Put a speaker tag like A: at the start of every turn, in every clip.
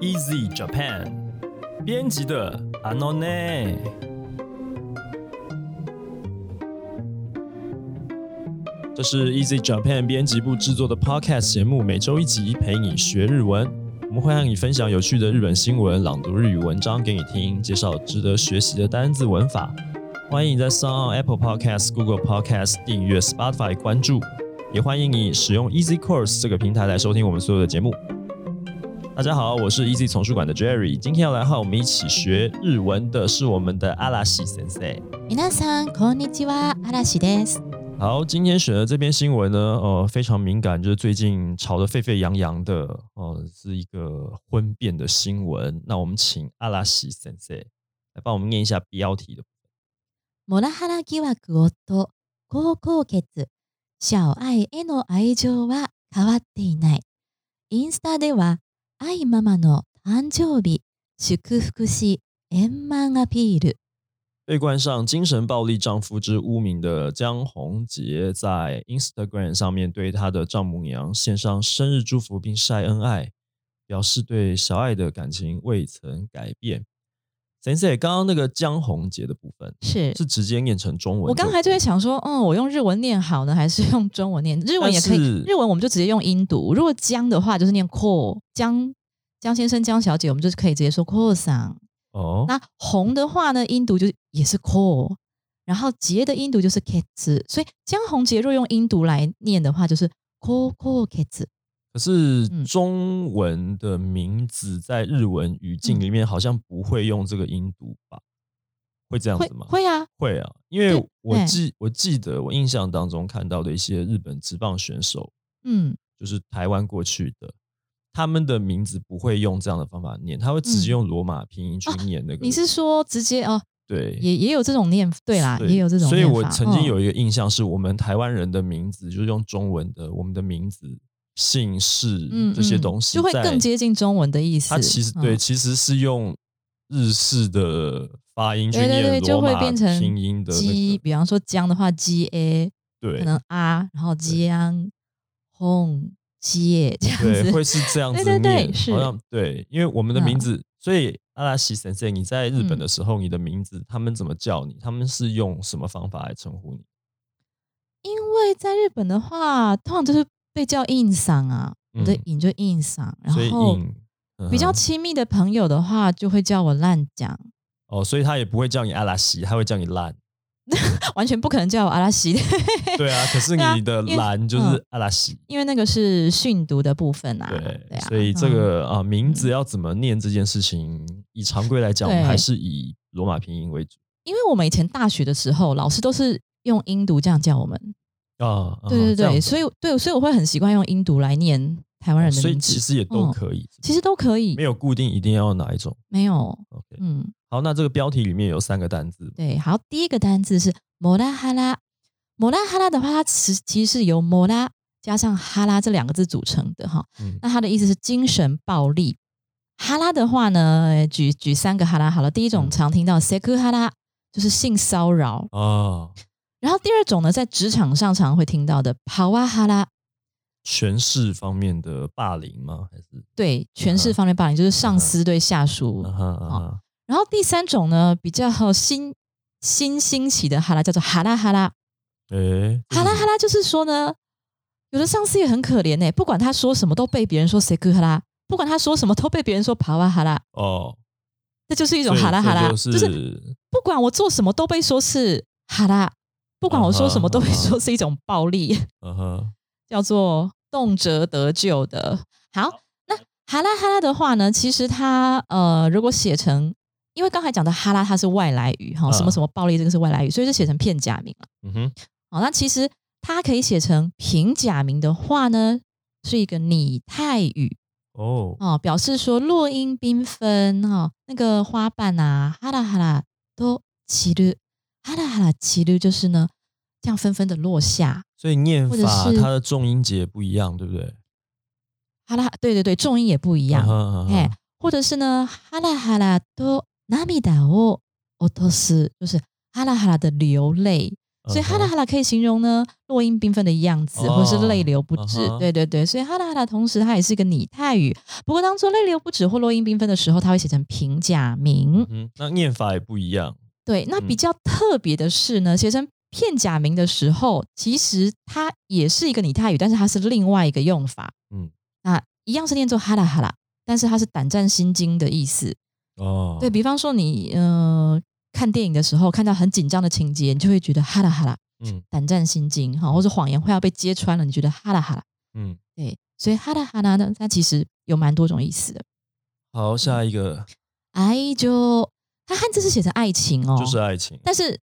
A: Easy Japan 编辑的 a n o n e
B: 这是 Easy Japan 编辑部制作的 Podcast 节目，每周一集陪你学日文。我们会和你分享有趣的日本新闻、朗读日语文章给你听，介绍值得学习的单字文法。欢迎你在 s o n Apple Podcast、Google Podcast 订阅、Spotify 关注，也欢迎你使用 Easy Course 这个平台来收听我们所有的节目。大家好，我是 Easy 丛书馆的 Jerry，今天要来和我们一起学日文的是我们的阿拉西先生。
C: 皆さんこんにちは、嵐です。
B: 好，今天选的这篇新闻呢，呃，非常敏感，就是最近吵得沸沸扬扬的，呃，是一个婚变的新闻。那我们请阿拉西先生来帮我们念一下标题的。
C: モラハラ疑惑夫、高高血、小愛への愛情は変わっていない。インスタでは、愛ママの誕生日、祝福し、円満アピール。
B: 被冠上“精神暴力丈夫”之污名的江宏杰，在 Instagram 上面对他的丈母娘献上生日祝福，并晒恩爱，表示对小爱的感情未曾改变。先生，刚刚那个江宏杰的部分
C: 是
B: 是直接念成中文就，
C: 我刚才就在想说，嗯，我用日文念好呢，还是用中文念？日文也可
B: 但
C: 以
B: 是，
C: 日文我们就直接用音读。如果江的话，就是念 call 江江先生、江小姐，我们就是可以直接说 call 桑。
B: 哦，
C: 那红的话呢，音读就也是 call，然后杰的音读就是 cat，所以江红杰若用音读来念的话，就是 call call cat。
B: 可是
C: 嗯
B: 中文的名字在日文语
C: 嗯
B: 境里面好像不会用这个音读吧？会这样
C: 会
B: 子吗？
C: 会啊，
B: 会啊，因为
C: 对
B: 我
C: 对
B: 记我记得我印象当中看到的一些日本职棒选手，
C: 嗯，
B: 就是台湾过去的，他们的名字不会用这样的方法念，他会直接
C: 嗯
B: 用罗马拼音去念那个。
C: 你是说直接哦，
B: 对
C: 也也有这种念，对啦，也有这种
B: 所
C: 念
B: 以
C: 法。
B: 我曾经
C: 嗯
B: 有一个印象，是我们台湾人的名字，就是用中文的我们的名字、姓氏这些东西，
C: 嗯就会更。接近中文的意思。
B: 它其实
C: 嗯
B: 对，其实是用日式的发音去
C: 对对对，
B: 念
C: 就
B: 罗
C: 会
B: 马
C: 变成
B: 拼音的
C: G，
B: 那个，
C: 比方说江的话，G A 可
B: 对
C: 能 R，然后 G Ang Hong G 这样
B: 对，
C: 子
B: 会。是这样子
C: 对对
B: 念，
C: 对是
B: 好像对，因为我们的
C: 嗯
B: 名字，所以阿拉西先生，你在日本
C: 嗯
B: 的时候，你的名字他们怎么叫你？他们是用什么方法来称呼你？
C: 因为在日本的话，通常就是被叫印赏啊，我的
B: 嗯
C: 印就印赏，然
B: 所以
C: 后
B: 印嗯
C: 比较
B: 哼
C: 亲密的朋友的话，就会叫我烂讲，
B: 哦，所以他也不会叫你阿拉西，他会叫你 兰。
C: 完全不可能叫我阿拉西，
B: 对啊，可是
C: 对啊
B: 你的
C: 因为
B: 兰就
C: 嗯
B: 是阿拉西。
C: 因为那个是训读的部分啊。
B: 对，
C: 啊，
B: 所以这
C: 嗯
B: 个啊名字要怎么念这件事情，以常规来讲，我们
C: 对
B: 还是以罗马拼音为主
C: 因为我们以前大学的时候，老师都是用音读这样叫我们，
B: 啊。啊
C: 对对
B: 这样
C: 对，
B: 子哦
C: 所以对，所以我会很习惯用音读来念台湾人的
B: 所以
C: 名字，
B: 其实也都
C: 嗯
B: 可以，
C: 其实都可以，
B: 没有固定一定要哪一种。
C: 没有，
B: OK，
C: 嗯，
B: 好，那这个标题里面有三个单字，
C: 对。好，第一个单字是摩拉哈拉，摩拉哈拉的话，它其实其实是由摩拉加上哈拉这两个字组成的哈。
B: 嗯
C: 那它的意思是精神暴力。哈拉的话呢，举举三个哈拉好了。第一种
B: 嗯
C: 常听到 s e k u 哈拉，就是性骚扰。嗯
B: 啊，
C: 然后第二种呢，在职场上常会听到的 p a w a 哈拉，
B: 权势方面的霸凌吗？还是
C: 对权势
B: 嗯
C: 方面霸凌，就是上司对下属
B: 啊哈啊哈
C: 然后第三种呢，比较新新兴起的哈拉叫做哈拉哈
B: 嗯
C: 拉，
B: 诶，这
C: 哈
B: 是
C: 拉
B: 什
C: 哈
B: 么
C: 拉就是说呢，有的上司也很可怜呢、不管他说什么都被别人说 s e k 哈拉，不管他说什么都被别人说爬哇哈拉，
B: 哦，
C: 这就是一
B: 一
C: 种哈拉哈拉，
B: 就是
C: 不管我做什么都被说是哈拉，不管我说什么都被
B: 啊哈
C: 说是一种暴力，
B: 嗯哼，
C: 叫做动辄得咎的。好，那哈拉哈拉的话呢，其实它呃，如果写成，因为刚才讲的哈拉它是外来语哈，
B: 嗯
C: 什么什么暴力这个是外来语，所以就写成片假名了。
B: 嗯哼。
C: 好，那其实它可以写成平假名的话呢，是一个拟态语
B: 哦，
C: 哦，表示说落英缤纷哈、哦，那个花瓣啊，哈拉哈拉都起绿，哈拉哈拉起绿就是呢，这样纷纷的落下。
B: 所以念
C: 或者
B: 法
C: 是
B: 它的重音节不一样，对不对？
C: 哈拉，对对对，重音也不一
B: 一
C: 样。
B: 嗯
C: 哎
B: 哼，
C: 或者是呢，哈拉哈哦拉多涙を落とす，就是哈拉哈拉的流泪，
B: 嗯啊
C: 所以哈拉哈拉可以形容呢落英缤纷的样子，
B: 哦
C: 或是泪流不止。
B: 嗯哼
C: 对对对，所以哈拉哈拉同时它也是一个拟态语。不过当做泪流不止或落英缤纷的时候，它会写成平假名。
B: 嗯，那念法也不一样。
C: 对，那
B: 嗯
C: 比较特别的是呢，写成片假名的时候，其实它也是一个拟态语，但是它是另外一个用法。
B: 嗯
C: 嗯，那一样是念作哈拉哈拉，但是它是胆战心惊的意思。
B: 哦，
C: 对，比方说你呃看电影的时候看到很紧张的情节，你就会觉得哈啦哈啦，
B: 嗯
C: 胆战心惊哈，或者谎言快要被揭穿了，你觉得哈啦哈啦。
B: 嗯，
C: 对，所以哈啦哈啦呢，它其实有蛮多种意思的。嗯
B: 好，下一个
C: 爱就它汉字是写成爱情哦，
B: 就是爱情。
C: 但是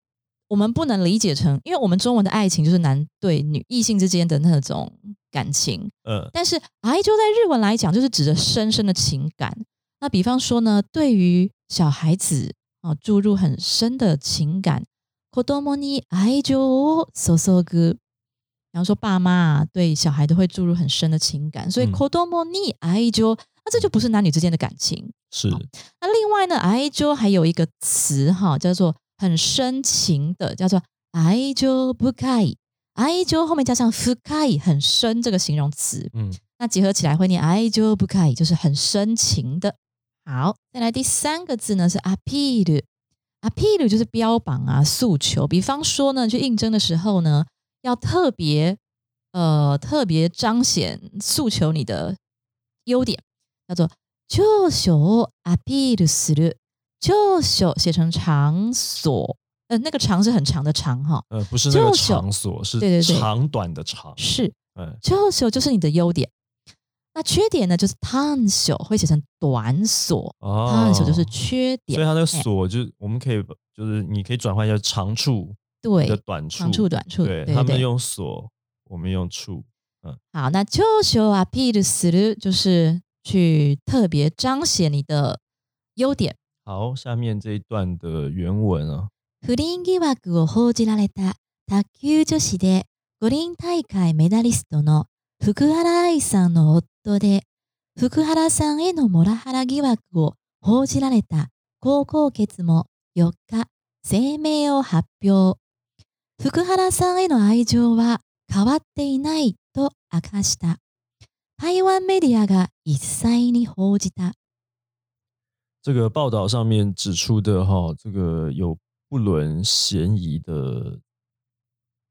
C: 我们不能理解成，因为我们中文的爱情就是男对女异性之间的那种感情，
B: 嗯
C: 但是爱就在日文来讲，就是指着深深的情感。那比方说呢，对于小孩子啊，注入很深的情感，子供に愛情を注ぐ。比方说，爸妈啊对小孩都会注入很深的情感，所以
B: 嗯
C: 子供に愛情，那哎这就不是男女之间的感情。
B: 是
C: 那另外呢，爱情还有一个词哈，叫做很深情的，叫做爱情不い。爱情后面加上不い，很深这个形容词，
B: 嗯
C: 那结合起来会念爱情不い，就是很深情的。好，再来第三个字呢是 appeal。appeal 就是标榜啊、诉求。比方说呢，去应征的时候呢，要特别呃特别彰显诉求你的优点，叫做長所をアピールする。長所写成长所，呃，那个长是很长的长哈。
B: 呃，不是那个
C: 就是
B: 场所，是
C: 对对对
B: 长短的长。
C: 是
B: 嗯
C: 長所就是你的优点。那缺点呢，就是短所会写成短所，
B: 哦
C: 短，所就是缺
B: 所以
C: 点。
B: 它那个
C: 哎
B: 所就是我们可以就是你可以转换一下长处你的
C: 对，
B: 短处，
C: 长处短处。
B: 对
C: 对
B: 他们
C: 对对。
B: 用所，我们用处。
C: 好，那長所アピールする就是去特别彰显你的优点。
B: 好，下面这一段的原文啊，
C: 不倫疑惑を報じられた卓球女子で五輪大会メダリストの福原愛さんの夫で福原さんへのモラハラ疑惑を報じられた高校決も4日声明を発表福原さんへの愛情は変わっていないと明かした台湾メディアが一斉に報じた
B: 这个报道上面指出的哈，这个有不伦嫌疑的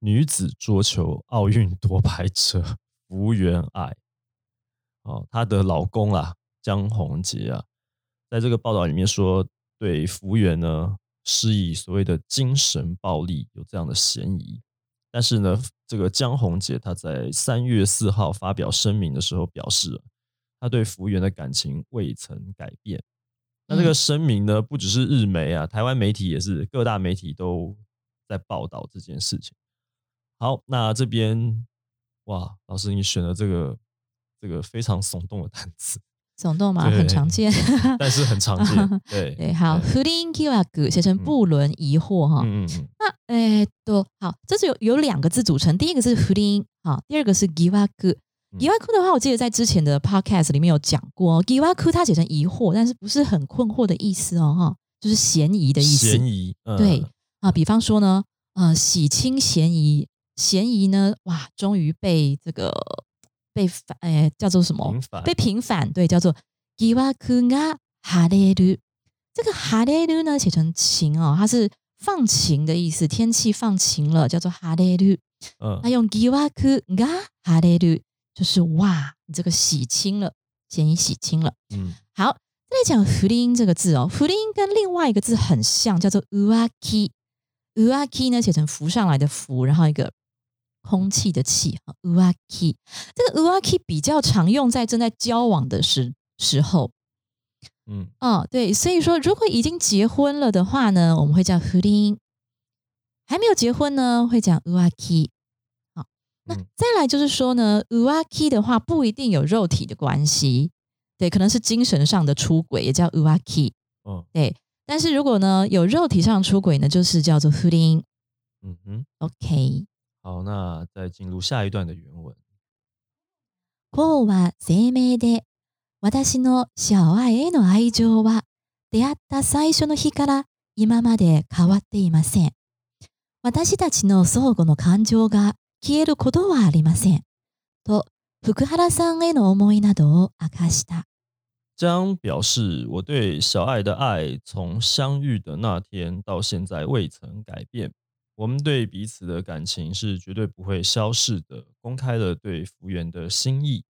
B: 女子桌球奥运夺牌者福原爱，哦，她的老公啊江宏杰啊，在这个报道里面说，对福原呢施以所谓的精神暴力，有这样的嫌疑。但是呢，这个江宏杰他在三月四号发表声明的时候表示，他对福原的感情未曾改变。那
C: 嗯
B: 这个声明呢，不只是日媒啊，台湾媒体也是，各大媒体都在报道这件事情。好，那这边哇，老师你选了这个这个非常耸动的单词，
C: 耸动嘛，
B: 对
C: 很常见。
B: 但是很常 见。对
C: 对，好，不倫疑惑写成
B: 嗯
C: 不伦疑惑哈。
B: 嗯嗯嗯，
C: 那えーっと好，这是有有两个字组成，第一个是不倫，好，第二个是疑惑。
B: 嗯
C: 疑惑的话，我记得在之前的 podcast 里面有讲过哦，疑惑它写成疑惑，但是不是很困惑的意思哦，哈，就是嫌疑的意思。
B: 嫌疑，嗯、
C: 对啊，比方说呢，呃，洗清嫌疑，嫌疑呢，哇，终于被这个被反，哎、叫做什么？
B: 平凡
C: 被平反，对，叫做疑惑が晴れる。这个晴れる呢，写成晴哦，它是放晴的意思，天气放晴了，叫做晴れる。
B: 嗯
C: 那用疑惑が晴れる，就是哇，你这个洗清了，嫌疑洗清了。
B: 嗯
C: 好，再来讲“福音”这个字哦，“福音”跟另外一个字很像，叫做 “uaki”。“uaki” 呢，写成浮上来的“浮”，然后一个空气的“气”哈 “uaki”。这个 “uaki” 比较常用在正在交往的时时候，
B: 嗯，
C: 哦，对，所以说如果已经结婚了的话呢，我们会叫“福音”；还没有结婚呢，会讲 “uaki”。好，那
B: 嗯
C: 再来就是说呢，“uaki” 的话不一定有肉体的关系，对，可能是精神上的出轨，也叫 “uaki”。
B: 哦，
C: 但是如果呢有肉体上的出轨呢，就是叫做 “fuling”。
B: 嗯哼，
C: OK，
B: 好，那再进入下一段的原文。
C: こうは声明で、私のシャワへの愛情は出会った最初の日から今まで変わっていません。私たちの相互の感情が消えることはありません。と、福原さんへの思いなどを明かした。
B: 张表示，我对小爱的爱从相遇的那天到现在未曾改变。我们对彼此的感情是绝对不会消逝的。公开了对福原的心意。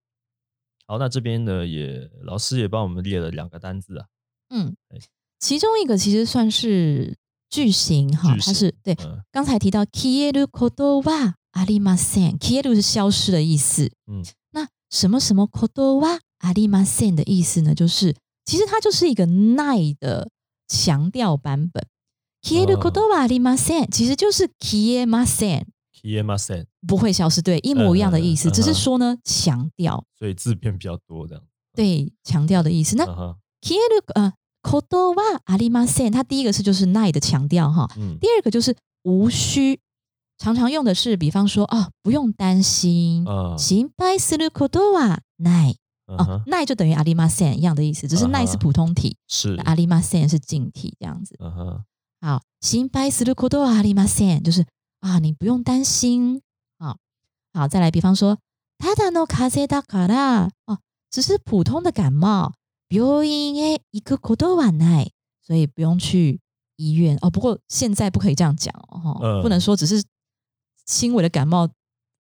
B: 好，那这边呢，也老师也帮我们列了两个单字啊，
C: 嗯
B: 对，
C: 其中一个其实算是句型哈，
B: 句型
C: 它是对
B: 嗯
C: 刚才提到消えることはありません，消える是消失的意思。
B: 嗯，
C: 那什么什么ことはありません的意思呢？就是其实它就是一个ない的强调版本。消え
B: 哦
C: ることはありません，其实就是消えません，
B: kiemasen，
C: 不会消失，对，一模一样的意
B: 嗯
C: 思，
B: 嗯嗯嗯嗯
C: 只是说呢强调，
B: 所以字变比较多这样。
C: 对，强调的意思。那
B: 啊哈，
C: 消える呃ことはありません，它第一个是就是ない的强调哈，
B: 嗯
C: 第二个就是无需，常常用的是比方说哦不用担心，
B: 啊
C: 心配することはない，
B: 啊
C: 哦
B: 哈，
C: ない就等于ありません一样的意思，只是
B: 嗯哼
C: ない是普通体，
B: 是
C: 那ありません是近体这样子。
B: 啊哈，
C: 好，心配することはありません就是啊你不用担心，好，好再来比方说ただの風邪だから哦只是普通的感冒，病院へ行くことはない，所以不用去医院哦。不过现在不可以这样讲哦，
B: 嗯
C: 不能说只是轻微的感冒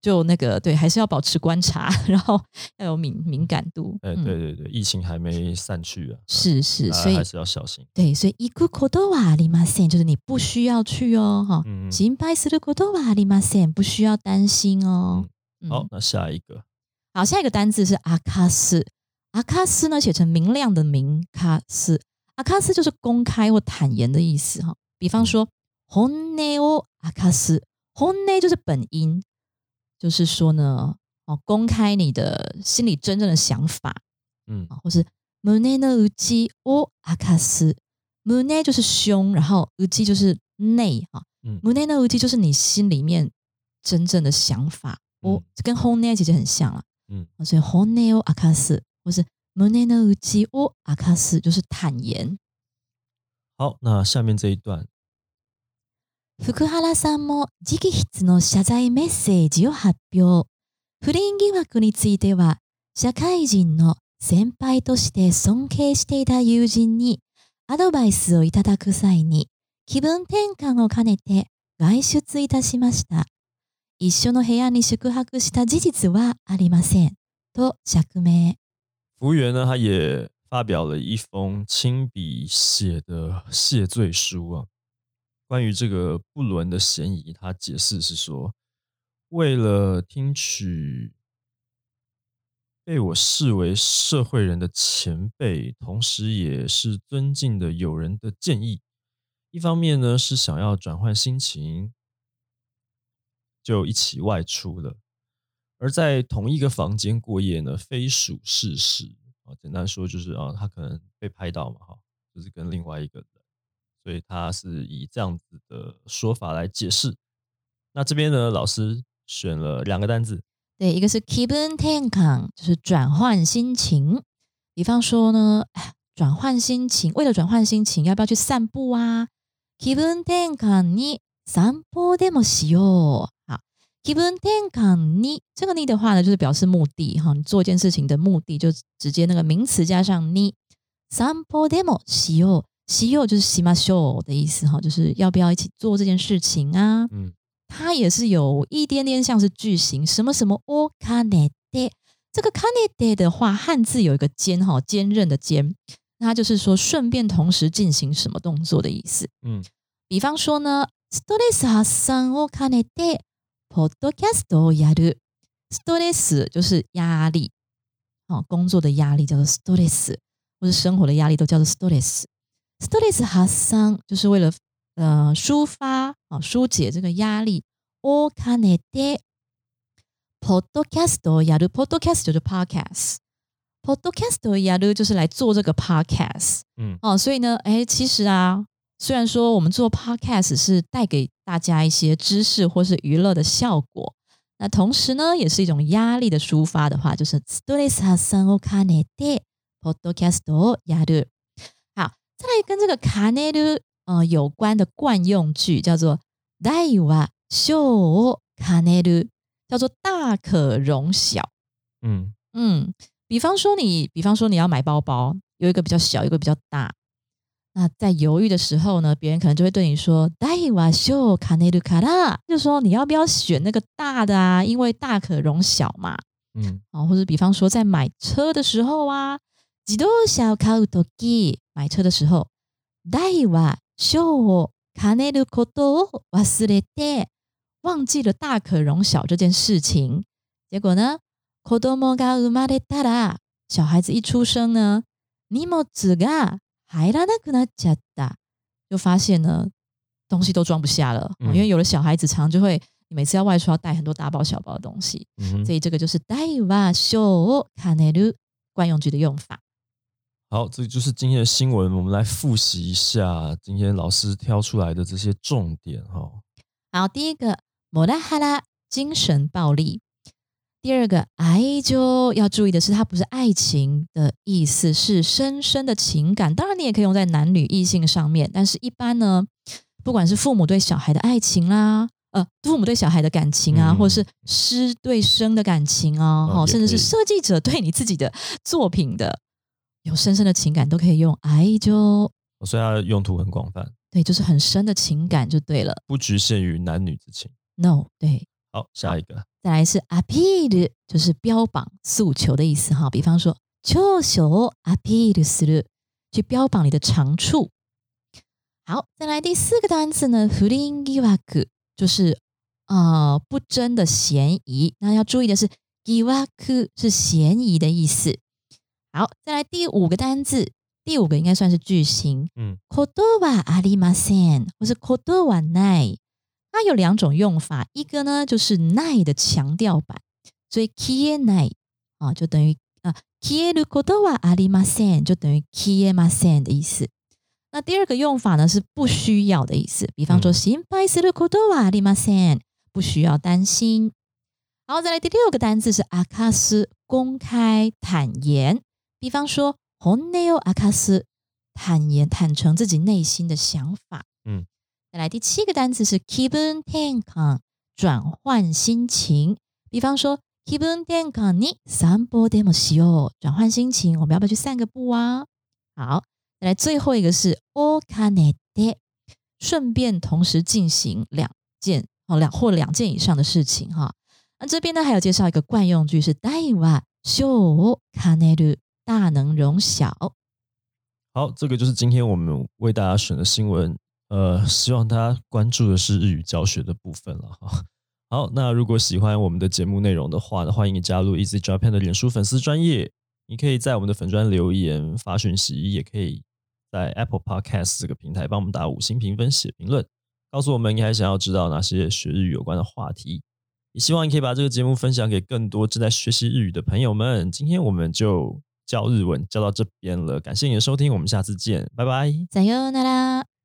C: 就那个对，还是要保持观察， 然后要有敏敏感度。
B: 哎，
C: 嗯
B: 对，对对，疫情还没散去啊，
C: 是是，
B: 大
C: 所
B: 家
C: 以
B: 还是要小心。
C: 对，所以行くことはありません，就是你不需要去哦，哈、
B: 嗯，
C: 心配することはありません，不需要担心哦。嗯
B: 好，那下一个
C: 好，下一个单字是阿卡斯。阿卡斯呢，写成明亮的明卡斯。阿卡斯就是公开或坦言的意思哈。比
B: 嗯
C: 方说，本音を阿卡斯，本音就是本音，就是说呢，哦，公开你的心里真正的想法
B: 嗯
C: 啊，或是胸の内を阿卡斯。胸就是胸，然后内就是内哈。
B: 嗯
C: 胸の内就是你心里面真正的想法。
B: 嗯
C: 哦，跟本音其实很像啦。哦
B: 嗯，
C: 所以本音を明かす，或是胸の内を明かす，就是坦言。
B: 好，那下面这一段，
C: 福原さんも直筆の謝罪メッセージを発表。不倫疑惑については、社会人の先輩として尊敬していた友人にアドバイスをいただく際に、気分転換を兼ねて外出いたしました。一緒の部屋に宿泊した事実はありません。と釈明。
B: 服务员呢，他也发表了一封亲笔写的谢罪书啊。关于这个不伦的嫌疑，他解释是说，为了听取被我视为社会人的前辈，同时也是尊敬的友人的建议，一方面呢是想要转换心情，就一起外出了。而在同一个房间过夜呢，非属事实啊。简单说就是啊，他可能被拍到嘛，哈，就是跟另外一个人，所以他是以这样子的说法来解释。那这边呢，老师选了两个单字，
C: 对，一个是気分転換，就是转换心情。比方说呢，哎转换心情，为了转换心情，要不要去散步啊？気分転換に散歩でもしよう。好，気分転換に这个“に”的话呢，就是表示目的哈，你做一件事情的目的，就直接那个名词加上“に”。散歩でもしよう，しよう就是しましょう的意思哈，就是要不要一起做这件事情啊？
B: 嗯
C: 它也是有一点点像是句型，什么什么哦お金で。这个 canete 的话，汉字有一个坚哈，坚韧的坚，那它就是说顺便同时进行什么动作的意思。
B: 嗯
C: 比方说呢，ストレス発散を兼ねてポッドキャストをやる。ストレス就是压力，哦，工作的压力叫做ストレス，或是生活的压力都叫做ストレス。ストレス発散就是为了呃抒发啊、哦疏解这个压力。を兼ねてポッドキャストをやる。ポッドキャスト就是 podcast。ポッドキャストをやる就是来做这个 podcast。
B: 嗯
C: 哦，所以呢，哎，其实啊，虽然说我们做 podcast 是带给大家一些知识或是娱乐的效果，那同时呢，也是一种压力的抒发的话，就是ストレス発散を兼ねてポッドキャストをやる。好，再来跟这个 c a n e 呃有关的惯用句叫做大は小を兼ねる，叫做大可容小。
B: 嗯
C: 嗯，比方说你，比方说你要买包包，有一个比较小，有一个比较大。那在犹豫的时候呢，别人可能就会对你说“大は小兼ねるから”，就说你要不要选那个大的啊？因为大可容小嘛。
B: 嗯
C: 哦，或者比方说在买车的时候啊，自動車を買うとき、买车的时候，大は小を兼ねることを忘れて、忘记了大可容小这件事情。结果呢，子供が生まれたら、小孩子一出生呢，荷物が入らなくなっちゃった，就发现呢，东西都装不下了，哦
B: 嗯
C: 因为有了小孩子，常就会你每次要外出要带很多大包小包的东西。
B: 嗯哼
C: 所以这个就是大は小を兼ねる惯用句的用法。
B: 好，这就是今天的新闻，我们来复习一下今天老师挑出来的这些重点哈、哦。
C: 好，第一个モラハラ精神暴力。第二个愛情要注意的是，它不是爱情的意思，是深深的情感。当然，你也可以用在男女异性上面，但是一般呢，不管是父母对小孩的爱情啦，呃，父母对小孩的感情啊，
B: 嗯
C: 或是师对生的感情啊，
B: 哦
C: 哦，
B: 也
C: 甚至
B: 可
C: 是
B: 以
C: 设计者对你自己的作品的有深深的情感，都可以用愛情。
B: 所以它的用途很广泛，
C: 对，就是很深的情感就对了。
B: 不局限于男女之情。
C: No，对，
B: 好，下一个，
C: 再来是 appeal，就是标榜、诉求的意思哈。比方说，長所をアピールする，去标榜你的长处。好，再来第四个单词呢，不倫疑惑，就是呃不真的嫌疑。那要注意的是，疑惑是嫌疑的意思。好，再来第五个单字，第五个应该算是句型，
B: 嗯，
C: ことはありません，或是ことはない。它有两种用法，一个呢就是ない的强调版，所以消えない啊，就等于啊消えることはありません，就等于消えません的意思。那第二个用法呢是不需要的意思，比方说
B: 嗯
C: 心配することはありません，不需要担心。然后再来第六个单字是明かす，公开坦言，比方说本音を明かす，坦言坦诚自己内心的想法。
B: 嗯，
C: 再来第七个单词是気分転換，转换心情。比方说気分転換に散歩でもしよう，转换心情，我们要不要去散个步啊？好，再来最后一个是お金で，顺便同时进行两件哦两或两件以上的事情哈。那这边呢还有介绍一个惯用句是大は小を兼ねる，大能容小。
B: 好，这个就是今天我们为大家选的新闻。呃，希望大家关注的是日语教学的部分了哈。好，那如果喜欢我们的节目内容的话呢，欢迎你加入 Easy Japan 的脸书粉丝专业。你可以在我们的粉专留言、发讯息，也可以在 Apple Podcast 这个平台帮我们打五星评分、写评论，告诉我们你还想要知道哪些学日语有关的话题。也希望你可以把这个节目分享给更多正在学习日语的朋友们。今天我们就教日文教到这边了，感谢你的收听，我们下次见，拜拜。
C: さようなら。